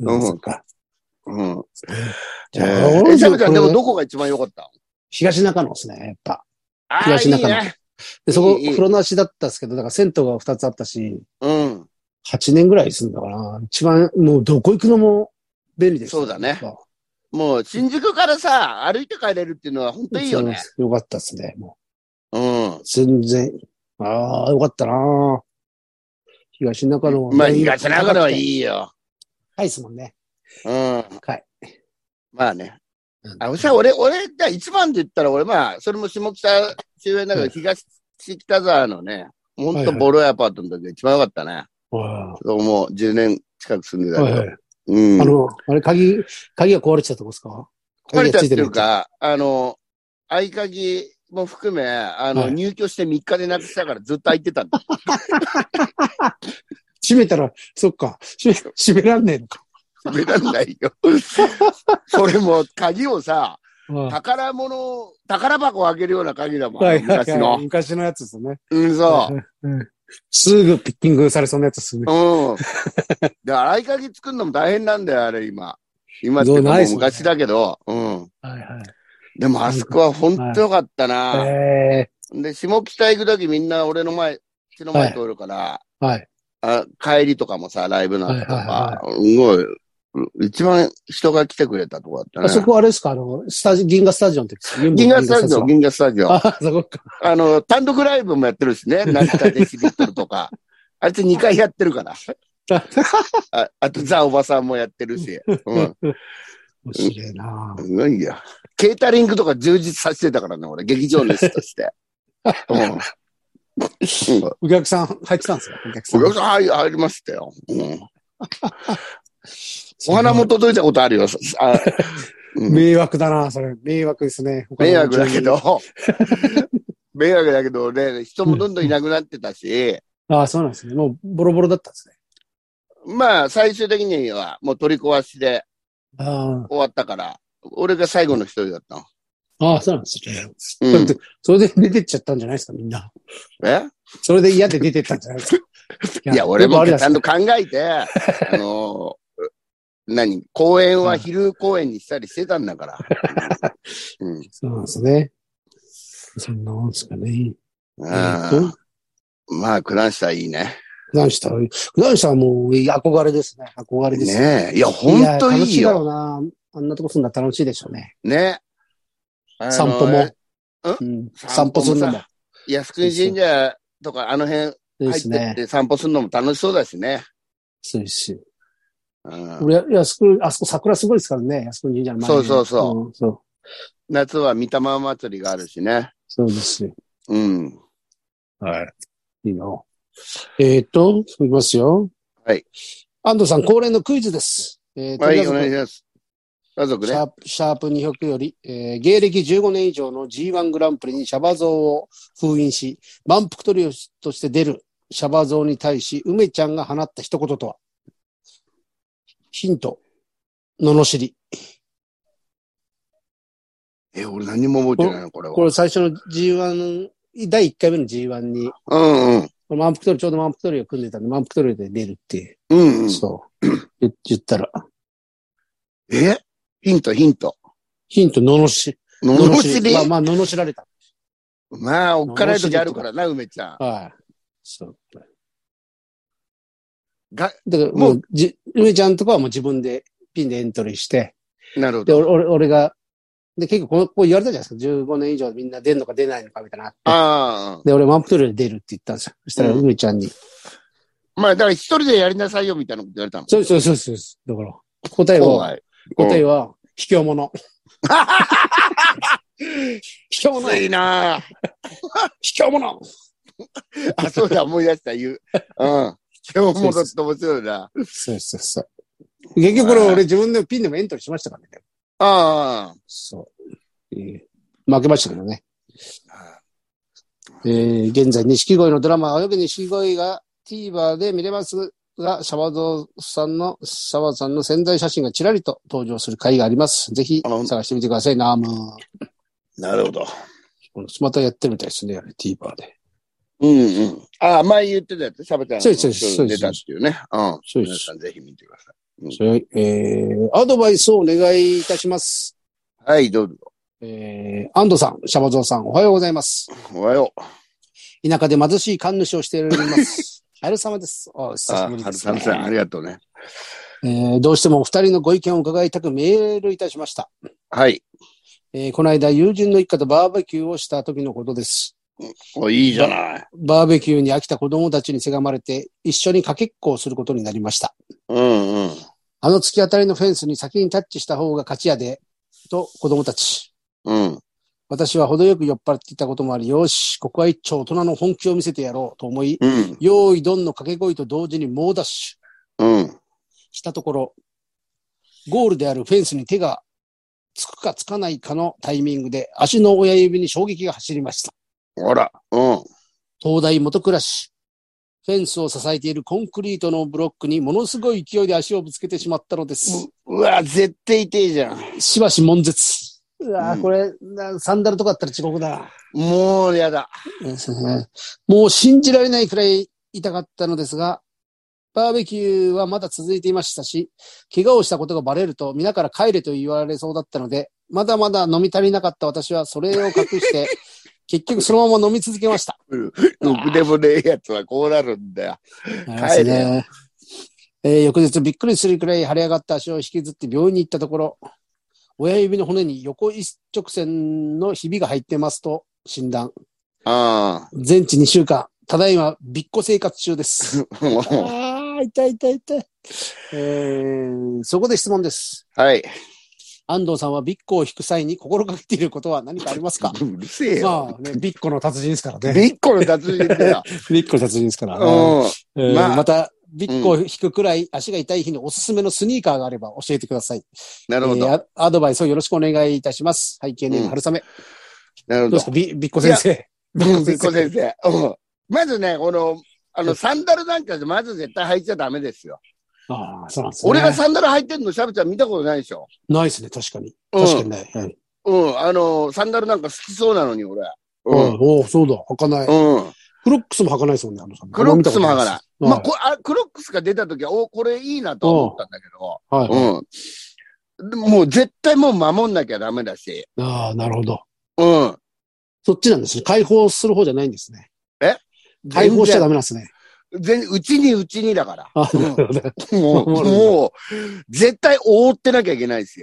S1: う
S2: うん
S1: ん、そっか。
S2: うん。え
S1: じゃあ、俺
S2: ー、サムちゃん、でも
S1: これ
S2: どこが一番良かった
S1: 東中野ですね、やっぱ。
S2: ああ、い
S1: 東
S2: い
S1: 中野
S2: ね。
S1: で、そこ、
S2: いいいい
S1: 風呂なしだったんですけど、だから銭湯が2つあったし、
S2: うん。
S1: 8年ぐらい住んだから、一番、もうどこ行くのも便利です。
S2: そうだね
S1: やっぱ
S2: もう新宿からさ、歩いて帰れるっていうのは本当いいよね。
S1: そうよかったですね。も
S2: うん
S1: う。全然。ああ、よかったなぁ東中野はね
S2: まあ、東中野はい
S1: い。
S2: いよ。
S1: 高いですもんね。
S2: うん。
S1: はい。
S2: まあね。あ、そしたら俺、俺、じゃあ一番で言ったら俺、まあ、それも下北周辺だか
S1: は
S2: ら
S1: い
S2: 東北沢のね、ほん
S1: はい
S2: と
S1: はい
S2: ボロいアパートの時が一番良かったね。
S1: は
S2: そうもう10年近く住んで
S1: い
S2: た
S1: は
S2: け
S1: い
S2: ど。
S1: はい。
S2: うん。
S1: あの、あれ、鍵、鍵が壊れてたとこですか
S2: 壊れちゃっ
S1: 鍵が
S2: てる
S1: ついない
S2: か、あの、合鍵も含め、あの、
S1: はい
S2: 入居して3日でなくしたからずっと空いてたんだ。
S1: 閉めたら、そっか。閉め、閉めらんねえのか。
S2: 目立んない
S1: [laughs]
S2: よ。それも、鍵をさ、
S1: は
S2: 宝物、宝箱を開けるような鍵だもん。
S1: いはい
S2: 昔
S1: はい。
S2: の。
S1: 昔のやつですね。
S2: うん、そ
S1: うんすぐピッキングされそうなやつですね
S2: う。。うん。で、合鍵作るのも大変なんだよ、あれ、今。今っていう
S1: そう
S2: かも
S1: ないうっすね
S2: 昔だけど。う
S1: は
S2: ん。
S1: いはい。
S2: でも、あそこは本当よかったな。
S1: え
S2: で、下北行くときみんな俺の前、うちの前通るから、
S1: えはい。
S2: あ帰りとかもさ、ライブなんかとか、
S1: は
S2: すごい、うん一番人が来てくれたとこだっ
S1: あ
S2: た
S1: そ
S2: ね。
S1: こあれですかあの、スタジ、銀河スタジオの時ですか
S2: 銀河スタジオ、銀河スタジオ。
S1: あ、そこか。
S2: あの、単独ライブもやってるしね、成田デシビットルとか。あいつ2回やってるから。ああと、ザ・おばさんもやってるし。うん。
S1: 面白いなぁ
S2: すごいや。ケータリングとか充実させてたからね、俺、劇場主として。うん。
S1: お客さん入ってたんですかお客さ
S2: お
S1: ん。
S2: 客さん、はい、入りましたよ。うん。お花も届いたことあるよ。あ
S1: [laughs]
S2: うん
S1: 迷惑だなぁそれ。迷惑ですね。
S2: 迷惑だけ。ど、迷惑だけどね、人もどんどんいなくなってたし、
S1: ああ、そうなんですね。もうボロボロだったんですね。
S2: まあ、最終的にはもう取り壊しで、
S1: あ
S2: 終わったから、俺が最後の一人だったの。
S1: あ、ああ、そうなんですね。
S2: う
S1: だっ
S2: ん
S1: て、それで出てっちゃったんじゃないですかみんな。
S2: え
S1: それで嫌で出てったんじゃないですか
S2: いや、俺
S1: [laughs]
S2: も
S1: あれ
S2: ちゃん
S1: だ
S2: と考えて、あの何公園は昼公園にしたりしてたん
S1: [laughs]
S2: だから。うん。
S1: そうなんですね。そんなもんですかね。
S2: うん
S1: うん。
S2: まあ、九段下いいね。
S1: 何した何したもう憧れですね。憧れです。
S2: ねえ。いや、ほんとい
S1: や楽し
S2: い
S1: いだ
S2: よ。
S1: ろうな。あんなとこすんだら楽しいでしょうね。
S2: ね。あの
S1: 散歩も。
S2: あ
S1: うん、散
S2: 散
S1: 歩
S2: 歩もさ
S1: するのも。
S2: 靖国神社とか、あの辺
S1: そうで
S2: 入っ
S1: す
S2: てっ
S1: ね。
S2: て散歩するのも楽しそうだしね。
S1: そうですし。
S2: うん、
S1: 俺、安く、あそこ桜すごいですからね。安く神社の前に
S2: そうそうそ
S1: うん。そう。
S2: 夏は御霊祭りがあるしね。
S1: そうですし。
S2: うん。
S1: はい。いいの。えっ、ー、と、いきますよ。
S2: はい。
S1: 安藤さん、恒例のクイズです。えー、と
S2: は
S1: りあえ
S2: い、
S1: ず
S2: お願いします。家族
S1: シ
S2: ね
S1: ャ。ープ、シャープ200より、えー芸歴15年以上の G1 グランプリにシャバ像を封印し、満腹トリオとして出るシャバ像に対し、梅ちゃんが放った一言とはヒント、罵り。
S2: え、俺何も覚えてないな、これは。
S1: これ最初の G1、第1回目の G1 に、
S2: うんうん。
S1: これ満腹トリオ、ちょうど満腹トリオ組んでたんで、満腹トリオで出るっていう。
S2: うんうん。
S1: そう。言言ったら、
S2: えヒント、ヒント。
S1: ヒント、罵り。
S2: ののしり
S1: まあ、まあ、罵られた。
S2: まあ、おっかない時あるからな、梅ちゃん。
S1: はい。そう。
S2: が、
S1: だからもう、じ、梅ちゃんとかはもう自分でピンでエントリーして、
S2: なるほ
S1: で、
S2: ど。
S1: 俺、俺俺が、で、結構こうこう言われたじゃないですか。15年以上みんな出んのか出ないのかみたいなのあって。
S2: あ
S1: で、俺、ワンプトリオで出るって言ったんですよ。そしたら、
S2: うん
S1: 梅ちゃんに。
S2: あ。まあ、だから一人でやりなさいよ、みたいなこと言われたの。
S1: そうそうそうそうです。だから、答え
S2: 怖
S1: は、
S2: い。
S1: 答えは、卑怯 [laughs] 者。卑怯
S2: うん
S1: 者
S2: つ
S1: [laughs]
S2: いなあ
S1: 卑怯者
S2: あ、そうだ、思い出した、言う。うん。今日もだって面白いな。
S1: そうそうそう。結局これ俺自分でピンでもエントリーしましたからね。
S2: あ
S1: そう。えー負けましたけどね。
S2: あ。
S1: えー現在、錦鯉のドラマ、泳ぐ錦鯉が TVer で見れますが、シャバゾウさんの、シャバさんの潜在写真がちらりと登場する回があります。ぜひ
S2: あの
S1: 探してみてください。ナーム
S2: なるほど。
S1: ー。またやってるみたいですね、あれ TVer で。
S2: うんうん。ああ、前言ってたやつ、シャバちゃん。
S1: そうですそうですそうです
S2: 出たっていうね。うん。
S1: そうで
S2: 皆
S1: す
S2: さ。んぜひ見てくださ
S1: はいえーアドバイスをお願いいたします。
S2: い。はい、どうぞ。
S1: えー安藤さん、シャバゾウさん、おはようございます。
S2: おはよう。
S1: 田舎で貧しい神主をしており
S2: [laughs]
S1: ます。春様です。お久し
S2: あ
S1: ぶりで
S2: 春
S1: す、ね。
S2: さんさん、ありがとうね。
S1: えーどうしてもお二人のご意見を伺いたくメールいたしました。
S2: はい。
S1: えーこの間、友人の一家とバーベキューをした時のことです。
S2: お、いいじゃない。
S1: バーベキューに飽きた子供たちにせがまれて、一緒にかけっこをすることになりました。
S2: うんうん。
S1: あの突き当たりのフェンスに先にタッチした方が勝ちやで、と子供たち。
S2: うん。
S1: 私は程よく酔っ払っていたこともあり、よし、ここは一丁大人の本気を見せてやろうと思い、
S2: うん。
S1: 用意どんの掛け声と同時に猛ダッシュ。
S2: うん。
S1: したところ、ゴールであるフェンスに手がつくかつかないかのタイミングで足の親指に衝撃が走りました。
S2: ほら。うん。
S1: 東大元暮らし。フェンスを支えているコンクリートのブロックにものすごい勢いで足をぶつけてしまったのです。
S2: ううわ、絶対痛いじゃん。
S1: しばし悶絶。うわ
S2: う
S1: ー
S2: ん
S1: これ、なサンダルとかあったら地獄だな。
S2: もう、やだ。
S1: もう信じられないくらい痛かったのですが、バーベキューはまだ続いていましたし、怪我をしたことがバレると皆から帰れと言われそうだったので、まだまだ飲み足りなかった私はそれを隠
S2: [laughs]
S1: して、結局そのまま飲み続けました。
S2: ろくでもねえやつはこうなるんだよ。帰れよ
S1: えー翌日びっくりするくらい腫れ上がった足を引きずって病院に行ったところ、親指の骨に横一直線のひびが入ってますと診断。
S2: あ
S1: 全治2週間。ただいま、びっこ生活中です。
S2: あ。もう
S1: ああ、痛い痛い痛い。えー、そこで質問です。
S2: はい。
S1: 安藤さんはビッコを引く際に心がけていることは何かありますか
S2: うるせえ
S1: ま
S2: よ。
S1: あね、ビッコの達人ですからね。
S2: びっこの達人だよ。
S1: ビッコの達人ですから、
S2: うん。
S1: えー
S2: まあ
S1: また、ビッコを引くくらい足が痛い日におすすめのスニーカーがあれば教えてください。
S2: なるほ
S1: え
S2: ど。
S1: ーあアドバイスをよろしくお願いいたします。背景ネー
S2: う
S1: ム
S2: ん
S1: 春雨。
S2: なる
S1: どうで
S2: ほ
S1: すかビビッコ先生。
S2: ど。びっこ先生。うんまずね、この、あの、サンダルなんかでまず絶対履いちゃダメですよ。
S1: ああ、そうなんですね。
S2: 俺がサンダル履いてんの、シャブちゃん見たことないでしょ。
S1: ないですね、確かに。
S2: うん
S1: 確かにない。はい
S2: うん、あの、サンダルなんか好きそうなのに、俺。
S1: うんおーそうだ、履かない。
S2: ん。うん。
S1: クロックスも履かないですもんね、安藤さん。
S2: クロックスも履かな
S1: あんま
S2: い
S1: 見たことです
S2: まあ、こあ、クロックスが出た時は、お、これいいなと思ったんだけど、
S1: はい。
S2: うん。でもう絶対もう守んなきゃダメだし。
S1: ああ、なるほど。
S2: うん。
S1: そっちなんですね。解放する方じゃないんですね。解
S2: 全
S1: 放しちゃダメ
S2: 然、
S1: なんですね。
S2: 全うちにうちにだから。
S1: あ
S2: うん
S1: なるほど。
S2: もう、
S1: 守るんだ
S2: もう、絶対覆ってなきゃいけないし。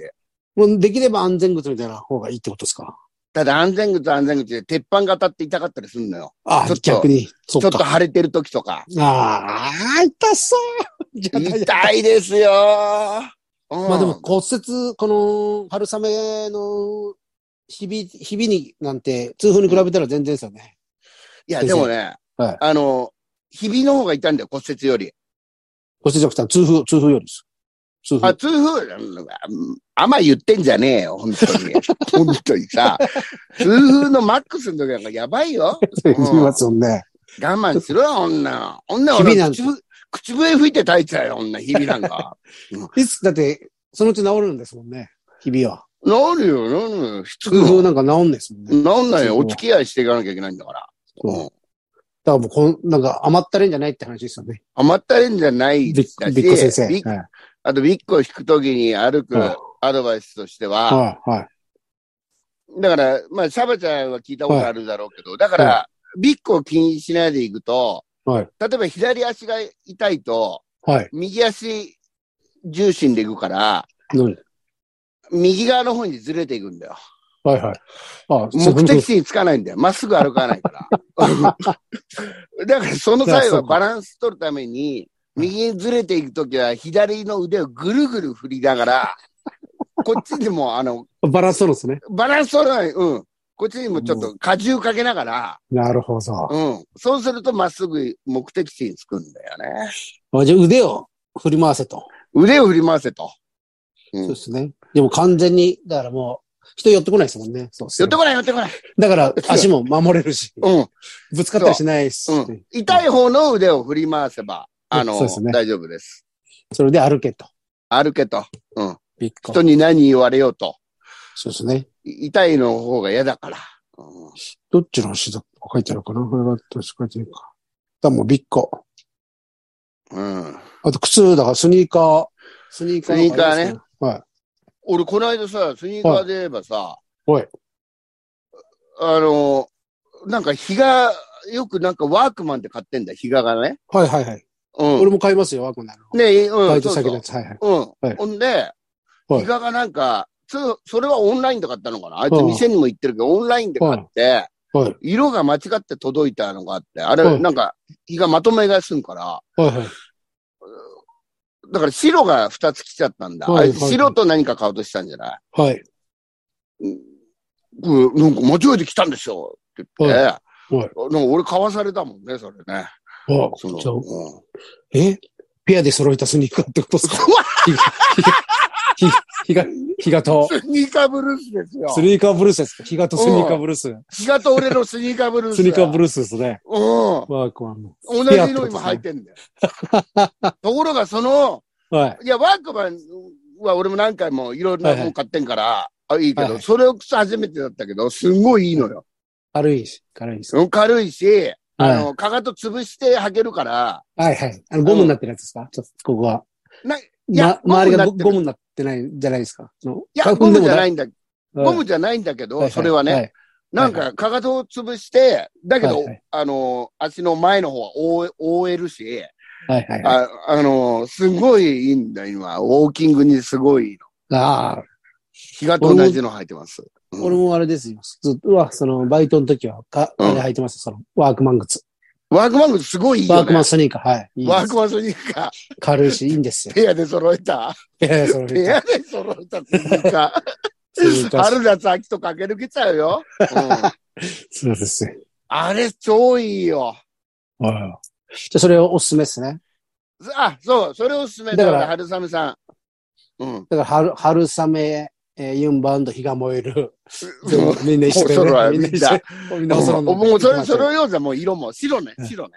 S1: もうできれば安全靴みたいな方がいいってことですか。
S2: ただ安全靴安全靴で鉄板型って痛かったりするのよ。
S1: あ
S2: ちょ
S1: あ
S2: っ、と
S1: 逆に。そっ
S2: ちょっと
S1: か。
S2: 腫れてる時とか。
S1: ああ、痛そう。じゃない
S2: 痛いですよー。うん
S1: まあでも骨折、この春雨の日々、日々になんて、痛風に比べたら全然ですよね。
S2: いや、でもね、
S1: はい
S2: あの、ひびの方が痛いんだよ、骨折より。
S1: 骨折さん、痛風、痛風よりです。痛
S2: あ、
S1: 風。
S2: 痛風、うんあんま言ってんじゃねえよ、本
S1: [laughs]
S2: 当に。本当にさ。痛風のマックスの時なんかやばいよ。
S1: [laughs] 言いますよね。
S2: 我慢しろよ、女。女、
S1: ひびな
S2: 俺
S1: んて
S2: 口ぶ、口笛吹いて耐えちゃうよ、女、ひびな
S1: [laughs]
S2: んか。
S1: いつ、だって、そのうち治るんですもんね。日々は。
S2: なるよ、なるよ。しつく
S1: 痛風
S2: の。
S1: なんか治んないですもんね。
S2: なんな
S1: 痛風
S2: いよ、
S1: は
S2: お付き合いしていかなきゃいけないんだから。
S1: そう
S2: うん
S1: だからもうこん、なんか甘ったれんじゃないって話ですよね。
S2: 余ったれんじゃない
S1: び
S2: だ
S1: っ
S2: し、
S1: びっこ先生。
S2: びっ
S1: はい。
S2: あと、ビッグを引くときに歩く
S1: はい
S2: アドバイスとしては、
S1: はい。はい。
S2: だから、まあ、シャバちゃんは聞いたことあるだろうけど、だから、
S1: は
S2: ビッグを気にしないでいくと、
S1: はい
S2: 例えば左足が痛いと、
S1: はい。
S2: 右足重心でいくから、
S1: 何
S2: 右側の方にずれていくんだよ。
S1: はいはい。あ、そう
S2: 目的地につかないんだよ。まっすぐ歩かな
S1: [laughs]
S2: いから。だから、その際
S1: いやそ
S2: は
S1: うか
S2: バランス取るために、右にずれていくときは、左の腕をぐるぐる振りながら、こっちにも、あの、
S1: バランス取るんですね。
S2: バランス取らない、うん。こっちにもちょっと荷重かけながら、
S1: なるほど。
S2: うん。そうするとまっすぐ目的地に着くんだよね。
S1: あじゃあ腕を振り回せと。
S2: 腕を振り回せと。うん
S1: そうですね。でも完全に、だからもう、人寄ってこないですもんね。そうです
S2: 寄っ
S1: ね
S2: てこない、寄ってこない。
S1: だから足も守れるし、
S2: うん。
S1: ぶつかったりしないし、
S2: うん痛い方の腕を振り回せば、あの、
S1: そうですね
S2: 大丈夫です。
S1: それで歩けと。
S2: 歩けと。
S1: びっく
S2: 人に何言われようと。
S1: そうですね。
S2: い痛いの方が嫌だから。うん
S1: どっちの足だ書いてあるかなこれはどっち書いてるか。だからもうびっこ。
S2: うん。
S1: あと靴、だからスニーカー。スニーカーの方がいいです。はい。
S2: 俺、この間さ、スニーカーで言えばさ、
S1: はい。
S2: あの、なんか日が、よくなんかワークマンで買ってんだ、日ががね。
S1: はいはいはい。
S2: うん。
S1: 俺も買いますよ、ワークなの。
S2: ね、うん。
S1: バイト
S2: そう
S1: 先
S2: そう
S1: のやつ。はいはい。
S2: う
S1: は
S2: ん。
S1: い
S2: ほんで、
S1: はい
S2: 比嘉がなんか、つそれはオンラインで買ったのかなあいつ
S1: はい
S2: 店にも行ってるけど、オンラインで買って、
S1: はい。
S2: 色が間違って届いたのがあって、あ
S1: は
S2: れ、
S1: い
S2: なんか、比嘉まとめ買いするから、
S1: はいはい。
S2: だから白が2つ来ちゃったんだ。
S1: はい
S2: あいつ
S1: はい
S2: 白と何か買おうとしたんじゃない
S1: はい。
S2: うんなんか間違えて来たんですよって言って、
S1: いは
S2: なんか俺買わされたもんね、それね。
S1: あ
S2: その
S1: じゃあ
S2: うん
S1: えペアで揃えたスニーカーってことですかヒガ、ヒガと、
S2: スニーカーブルースですよ
S1: ス。ニーカーブルースですかヒガとスニーカーブルース。
S2: 比嘉と俺のスニーカーブルース。
S1: スニーカーブ
S2: ルー
S1: ルースですね。
S2: うん。
S1: ワークマンの。
S2: 同じの今履いてんだ
S1: [laughs]
S2: よ。ところがその、
S1: はい。
S2: いや、ワークマンは俺も何回もいろんな
S1: はい
S2: も
S1: は
S2: ん
S1: い
S2: 買ってんから、あ、いいけど、
S1: はいはい
S2: それを靴初めてだったけど、すんごいいいのよ。
S1: 軽いし、軽いです。
S2: 軽いし、あ
S1: は
S2: の、かかと潰して履けるから、
S1: い。はいはい。あの、ゴムになってるやつですかちょっと、ここは。
S2: ないや
S1: な、周りがゴ
S2: ゴ
S1: ゴ
S2: ム
S1: ムになってないじゃないですか。い。
S2: いや、ゴムじゃないいんだ、
S1: はい
S2: ゴムじゃないんだけど、
S1: はいい
S2: それはね、
S1: い
S2: なんか、かかとを潰して、だけど、
S1: はいはい
S2: あの、足の前の方は覆え覆えるし、
S1: はいはいはい。
S2: ああの、すごいいいんだ、今。ウォーキングにすごいいいの。
S1: ああ。
S2: 日がと同じの履いてます。うん
S1: 俺もあれですよ。ずっと、うわ、その、バイトの時は、か、
S2: うん
S1: あれ履いてました。その、ワークマン靴。
S2: ワークマングすごいいいよ、ね。
S1: ワークマンスニーカー、はい。いいです
S2: ワークマンスニーカー、
S1: 軽いし、いいんですよ。
S2: ペアで揃 [laughs] えた。
S1: いやいや、その
S2: ペアで揃えたスニ
S1: [laughs]
S2: ーカ
S1: スニーカ
S2: ー。
S1: ー
S2: 春夏秋と駆け抜けちゃうよ。うん
S1: そうですね。
S2: あれ、超いいよ。
S1: はいじゃあそれをおすすめですね。
S2: あ、そう、それおすすめだ
S1: だ
S2: か、
S1: からら
S2: 春雨さん。うん。
S1: だから、春、春雨、えー、ユンバウンド、日が燃える。
S2: [laughs]
S1: 全
S2: も
S1: 部みんな一緒で、
S2: お揃い
S1: みんな一緒で。みんなお揃
S2: う
S1: い
S2: もうもうそれ、それ
S1: れ、
S2: ようじゃもう色も白ね、白ね。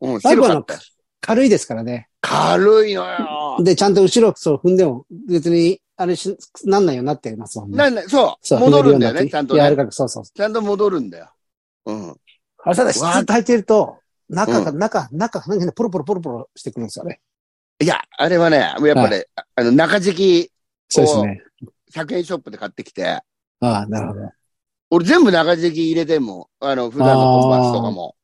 S2: うん、
S1: 最後
S2: 白かっ
S1: の
S2: たよ。
S1: 軽いですからね。
S2: 軽いのよ。
S1: で、ちゃんと後ろそう踏んでも、別に、あれし、なんないようになってますもんね。
S2: なんだ、そう、
S1: そう
S2: 戻るんだよね、
S1: 踏め
S2: ちゃん
S1: る
S2: と
S1: ようになって柔ら
S2: ね。
S1: かく、そうそうそう。
S2: ちゃんと戻るんだよ。うん。
S1: あれ、ただ、ずっと履いてると、中が、
S2: う
S1: 中、中、なんかね、ポロポロポロポロしてくるんですよね。
S2: いや、あれはね、やっぱね、あの、中敷き
S1: そうですね。
S2: 100円ショップで買ってきて、
S1: ああ、なるほど。
S2: 俺全部中敷き入れてんもん。あの、普段のコンパスとかも。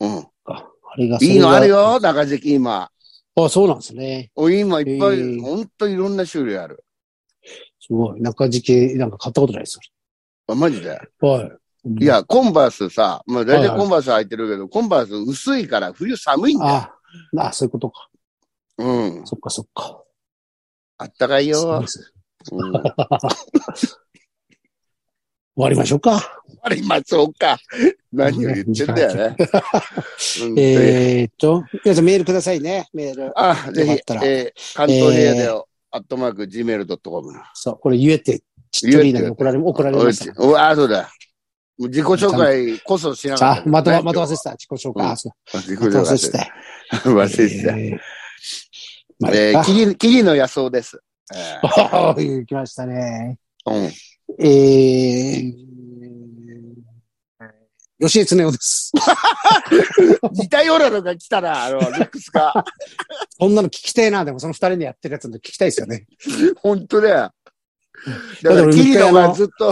S2: うん。
S1: あれが
S2: いいのある
S1: る
S2: よ、中敷き今。
S1: あそうなんですね。
S2: お今いっぱい、
S1: へえ
S2: ほんといろんな種類ある。
S1: すごい。中敷きなんか買ったことないです。
S2: あマジで。
S1: はい。
S2: い、や、コンバースさ、まあ大
S1: はい
S2: 体
S1: はい
S2: コンバース履いてるけど、コンバース薄いから冬寒いんだよ。
S1: ああ、あそういうことか。
S2: うん。
S1: そっかそっか。
S2: あったかい
S1: そう
S2: よ
S1: で。す
S2: うん。
S1: 終わりましょうか。
S2: あれ、今、そうか。何を言ってんだよ
S1: [laughs]
S2: ね。うん
S1: えー、っと、皆さんメールくださいね。メール。
S2: あ、ぜひ
S1: よかった、ら
S2: えー関東平野でよ、アットマーク、gmail.com。
S1: そう、これ言えって、ちっとりーナに怒られ、怒られました。
S2: うわ、そうだ。自己紹介こそしなか
S1: さ
S2: っ
S1: あ、
S2: た。
S1: また、また忘れてた。自己紹介。
S2: うん
S1: あそう
S2: 自己
S1: また
S2: 紹
S1: 忘れ
S2: 介
S1: て
S2: して
S1: た。
S2: た。忘れてた。
S1: えーまあ、
S2: え
S1: いい
S2: ー、
S1: か [laughs]
S2: 木々木々の野草です。え
S1: あー行きましたね。
S2: ーうん。
S1: えー、吉江恒夫です。
S2: 似たようなのが来たら、あの、ルックスが。
S1: こんなの聞きてえな。でもその二人でやってるやつの聞きたいですよね。
S2: 本当だよ。
S1: だ
S2: だ
S1: か
S2: からら、
S1: 俺
S2: キ
S1: 一
S2: リ
S1: 回あ
S2: ノ
S1: の
S2: がずっと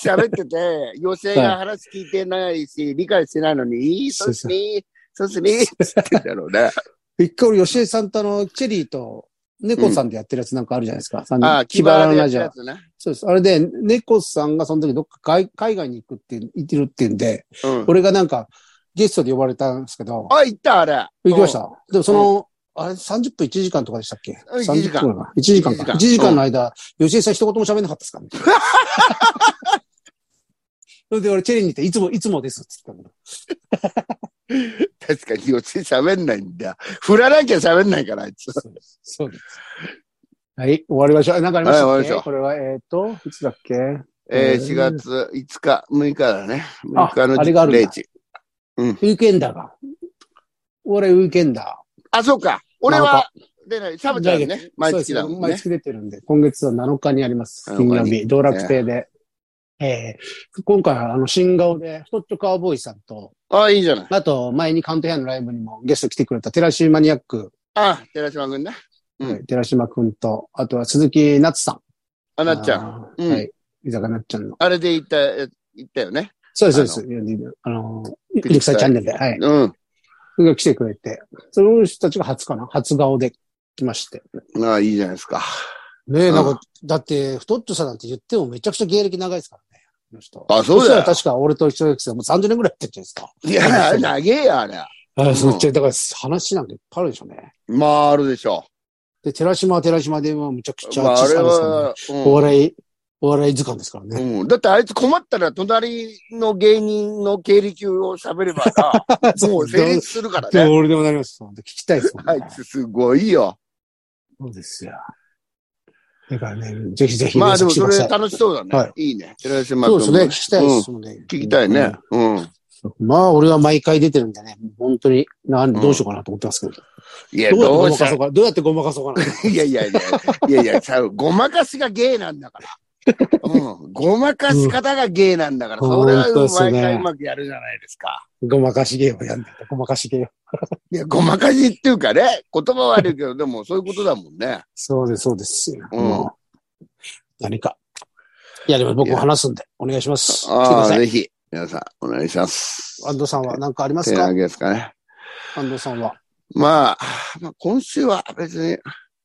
S2: 喋ってて、妖精が話聞いてないし、理解してないのに、
S1: そそ
S2: そううす
S1: う
S2: ね、そうすね、つってんだろうね。
S1: 一回俺、吉江さんとあの、チェリーと、猫さんでやってるやつなんかあるじゃないですか。三人
S2: ああ、
S1: 気
S2: 気
S1: 張ら
S2: 張
S1: ないラ
S2: らない
S1: ジ
S2: や
S1: オ。
S2: つね。
S1: そうです。あれで、猫さんがその時どっか海海外に行くって言ってるっていうんで、
S2: うん。
S1: 俺がなんかゲストで呼ばれたんですけど、
S2: あ、行った、あれ。
S1: 行きました。でもその、あれ、30分1時間とかでしたっけ
S2: うん1時間
S1: ?30 分か。1時間か。1
S2: 1
S1: 時
S2: 時
S1: 間
S2: 間
S1: の間、吉江さん一言も喋んなかったですからね。 [laughs] それで俺、チェリーに行って、いつも、いつもですっつったんだ。
S2: うん。確かに、妖精喋んないんだ。振らなきゃ喋んないから、あいつ。
S1: そうです。そうです。はい、終わりましょう。なんかありました
S2: は
S1: っ
S2: い終
S1: け
S2: わりましょう
S1: これは、えっ、と、いつだっけ
S2: えー、
S1: うん
S2: 4月5日、6日だね。
S1: あ
S2: 6日の
S1: あれがあるんだ
S2: 0時。
S1: ウィークエンダーが。俺、ウィークエンダ
S2: あ、そうか。俺
S1: なん
S2: は、出ない。サブちゃん
S1: 来
S2: ね
S1: ー。。
S2: 毎月だ
S1: そうです
S2: もん
S1: 毎
S2: ね。
S1: 月出てるんで、今月は7日にあります。
S2: 7
S1: 金
S2: 日に
S1: 曜日、道楽亭で。えー今回はあの新顔で、太っちょカウボーイさんと、
S2: あ、いいじゃない。
S1: あと前にカウントヘアのライブにもゲスト来てくれた寺島マニアック、
S2: あ、寺島くんね。うん
S1: はい寺島くんと、あとは鈴木夏さん。
S2: あ、なっちゃん。
S1: ん
S2: うん
S1: はい。居酒屋なっちゃんの。
S2: あれで行った、え行ったよね。
S1: そうです、そうです。あの、ゆりくさいチャンネルで。はい。
S2: うん。
S1: それが来てくれて、その人たちが初かな初顔で来まして。
S2: ああ、いいじゃないですか。
S1: ねえ、
S2: うん
S1: なんか、だって、太っちょさんなんて言ってもめちゃくちゃ芸歴長いですからね。あの人
S2: あそうだ
S1: こ
S2: よ
S1: っちは確か俺と一緒ですよ。もう30年ぐらいやってるじゃないですか。
S2: いや、長えよ、あれ。
S1: あ
S2: そ
S1: そうっち、だから話なんていっぱいあるでしょうね。
S2: まあ、あるでしょ
S1: で、寺島は寺島で、もうめちゃくち
S2: う。
S1: ゃ
S2: まあ、あ
S1: 小
S2: れ
S1: さいですからね。
S2: は、
S1: お笑い、お笑い図鑑ですから
S2: う
S1: ね。
S2: ん。うん。だって、あいつ困ったら、隣の芸人の経歴を喋れば
S1: [laughs]
S2: さ、もう成立するから
S1: で
S2: ね。
S1: も俺でもなります。本当聞きたいですもん
S2: あ
S1: ね、
S2: いつすごいよ。
S1: そうですよ。だからね、ぜひぜひ。
S2: まあ、でもそれ
S1: 皆さん来てください
S2: 楽しそうだね。、
S1: はい
S2: いね。寺島
S1: そう
S2: 君
S1: で
S2: も
S1: すね。聞きたいですもんね。
S2: 聞きたいね。うん。
S1: うん。まあ、俺は毎回出てるんでね、本当に、なんどうしようかなと思ってますけど。
S2: いや、
S1: どうやって
S2: ど
S1: ご
S2: う
S1: ま
S2: し
S1: か
S2: た
S1: そうか。どうやってごまかそうかな。
S2: いやいやいや、いやいや、さ、ごまかしが芸なんだから。うん、ごまかし方が芸なんだから、
S1: うん
S2: それは
S1: 本当ですよ
S2: 毎
S1: ね
S2: 回うまくやるじゃないですか。
S1: ごまかし芸をやんないと。ごまかし芸を。
S2: いや、ごまかしっていうかね、言葉悪いけど、でもそういうことだもんね。
S1: そうです、そうです。
S2: うん
S1: もう何か。いや、でも僕も話すんで、お願いします。来てく
S2: あ
S1: だ
S2: あ、
S1: さい。
S2: ぜひ、皆さん、お願いします。
S1: 安藤さんは何かありま
S2: 手
S1: すか
S2: 上げですかね。
S1: 安藤さんは。
S2: まあ、まあ、今週は別に、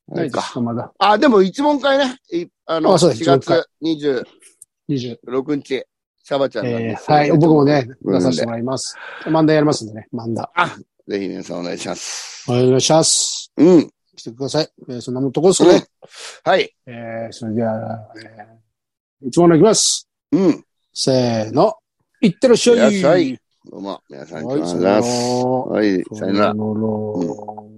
S1: な
S2: ない
S1: で
S2: い
S1: す
S2: か。
S1: か、まだ。
S2: あ、でも一問会ね。いあの、
S1: あそうだ
S2: 4月26
S1: 20。
S2: 日、シャバちゃんが
S1: え
S2: ね、
S1: ー、はい、僕もね、
S2: うん
S1: 出させてもらいます。漫談やりますんでね、漫談。
S2: ぜひ皆さんお願いします。
S1: お願いします。
S2: うん。
S1: 来てください。えー、そんなもんとこですかね。
S2: はい。
S1: えー、それでは、えー、いつものいきます。
S2: うん。
S1: せーの。いってらっしゃい。
S2: いってらっしゃいどうも、皆さん、
S1: はい
S2: こんばんは。はい、さよな
S1: さよ
S2: ら。
S1: なら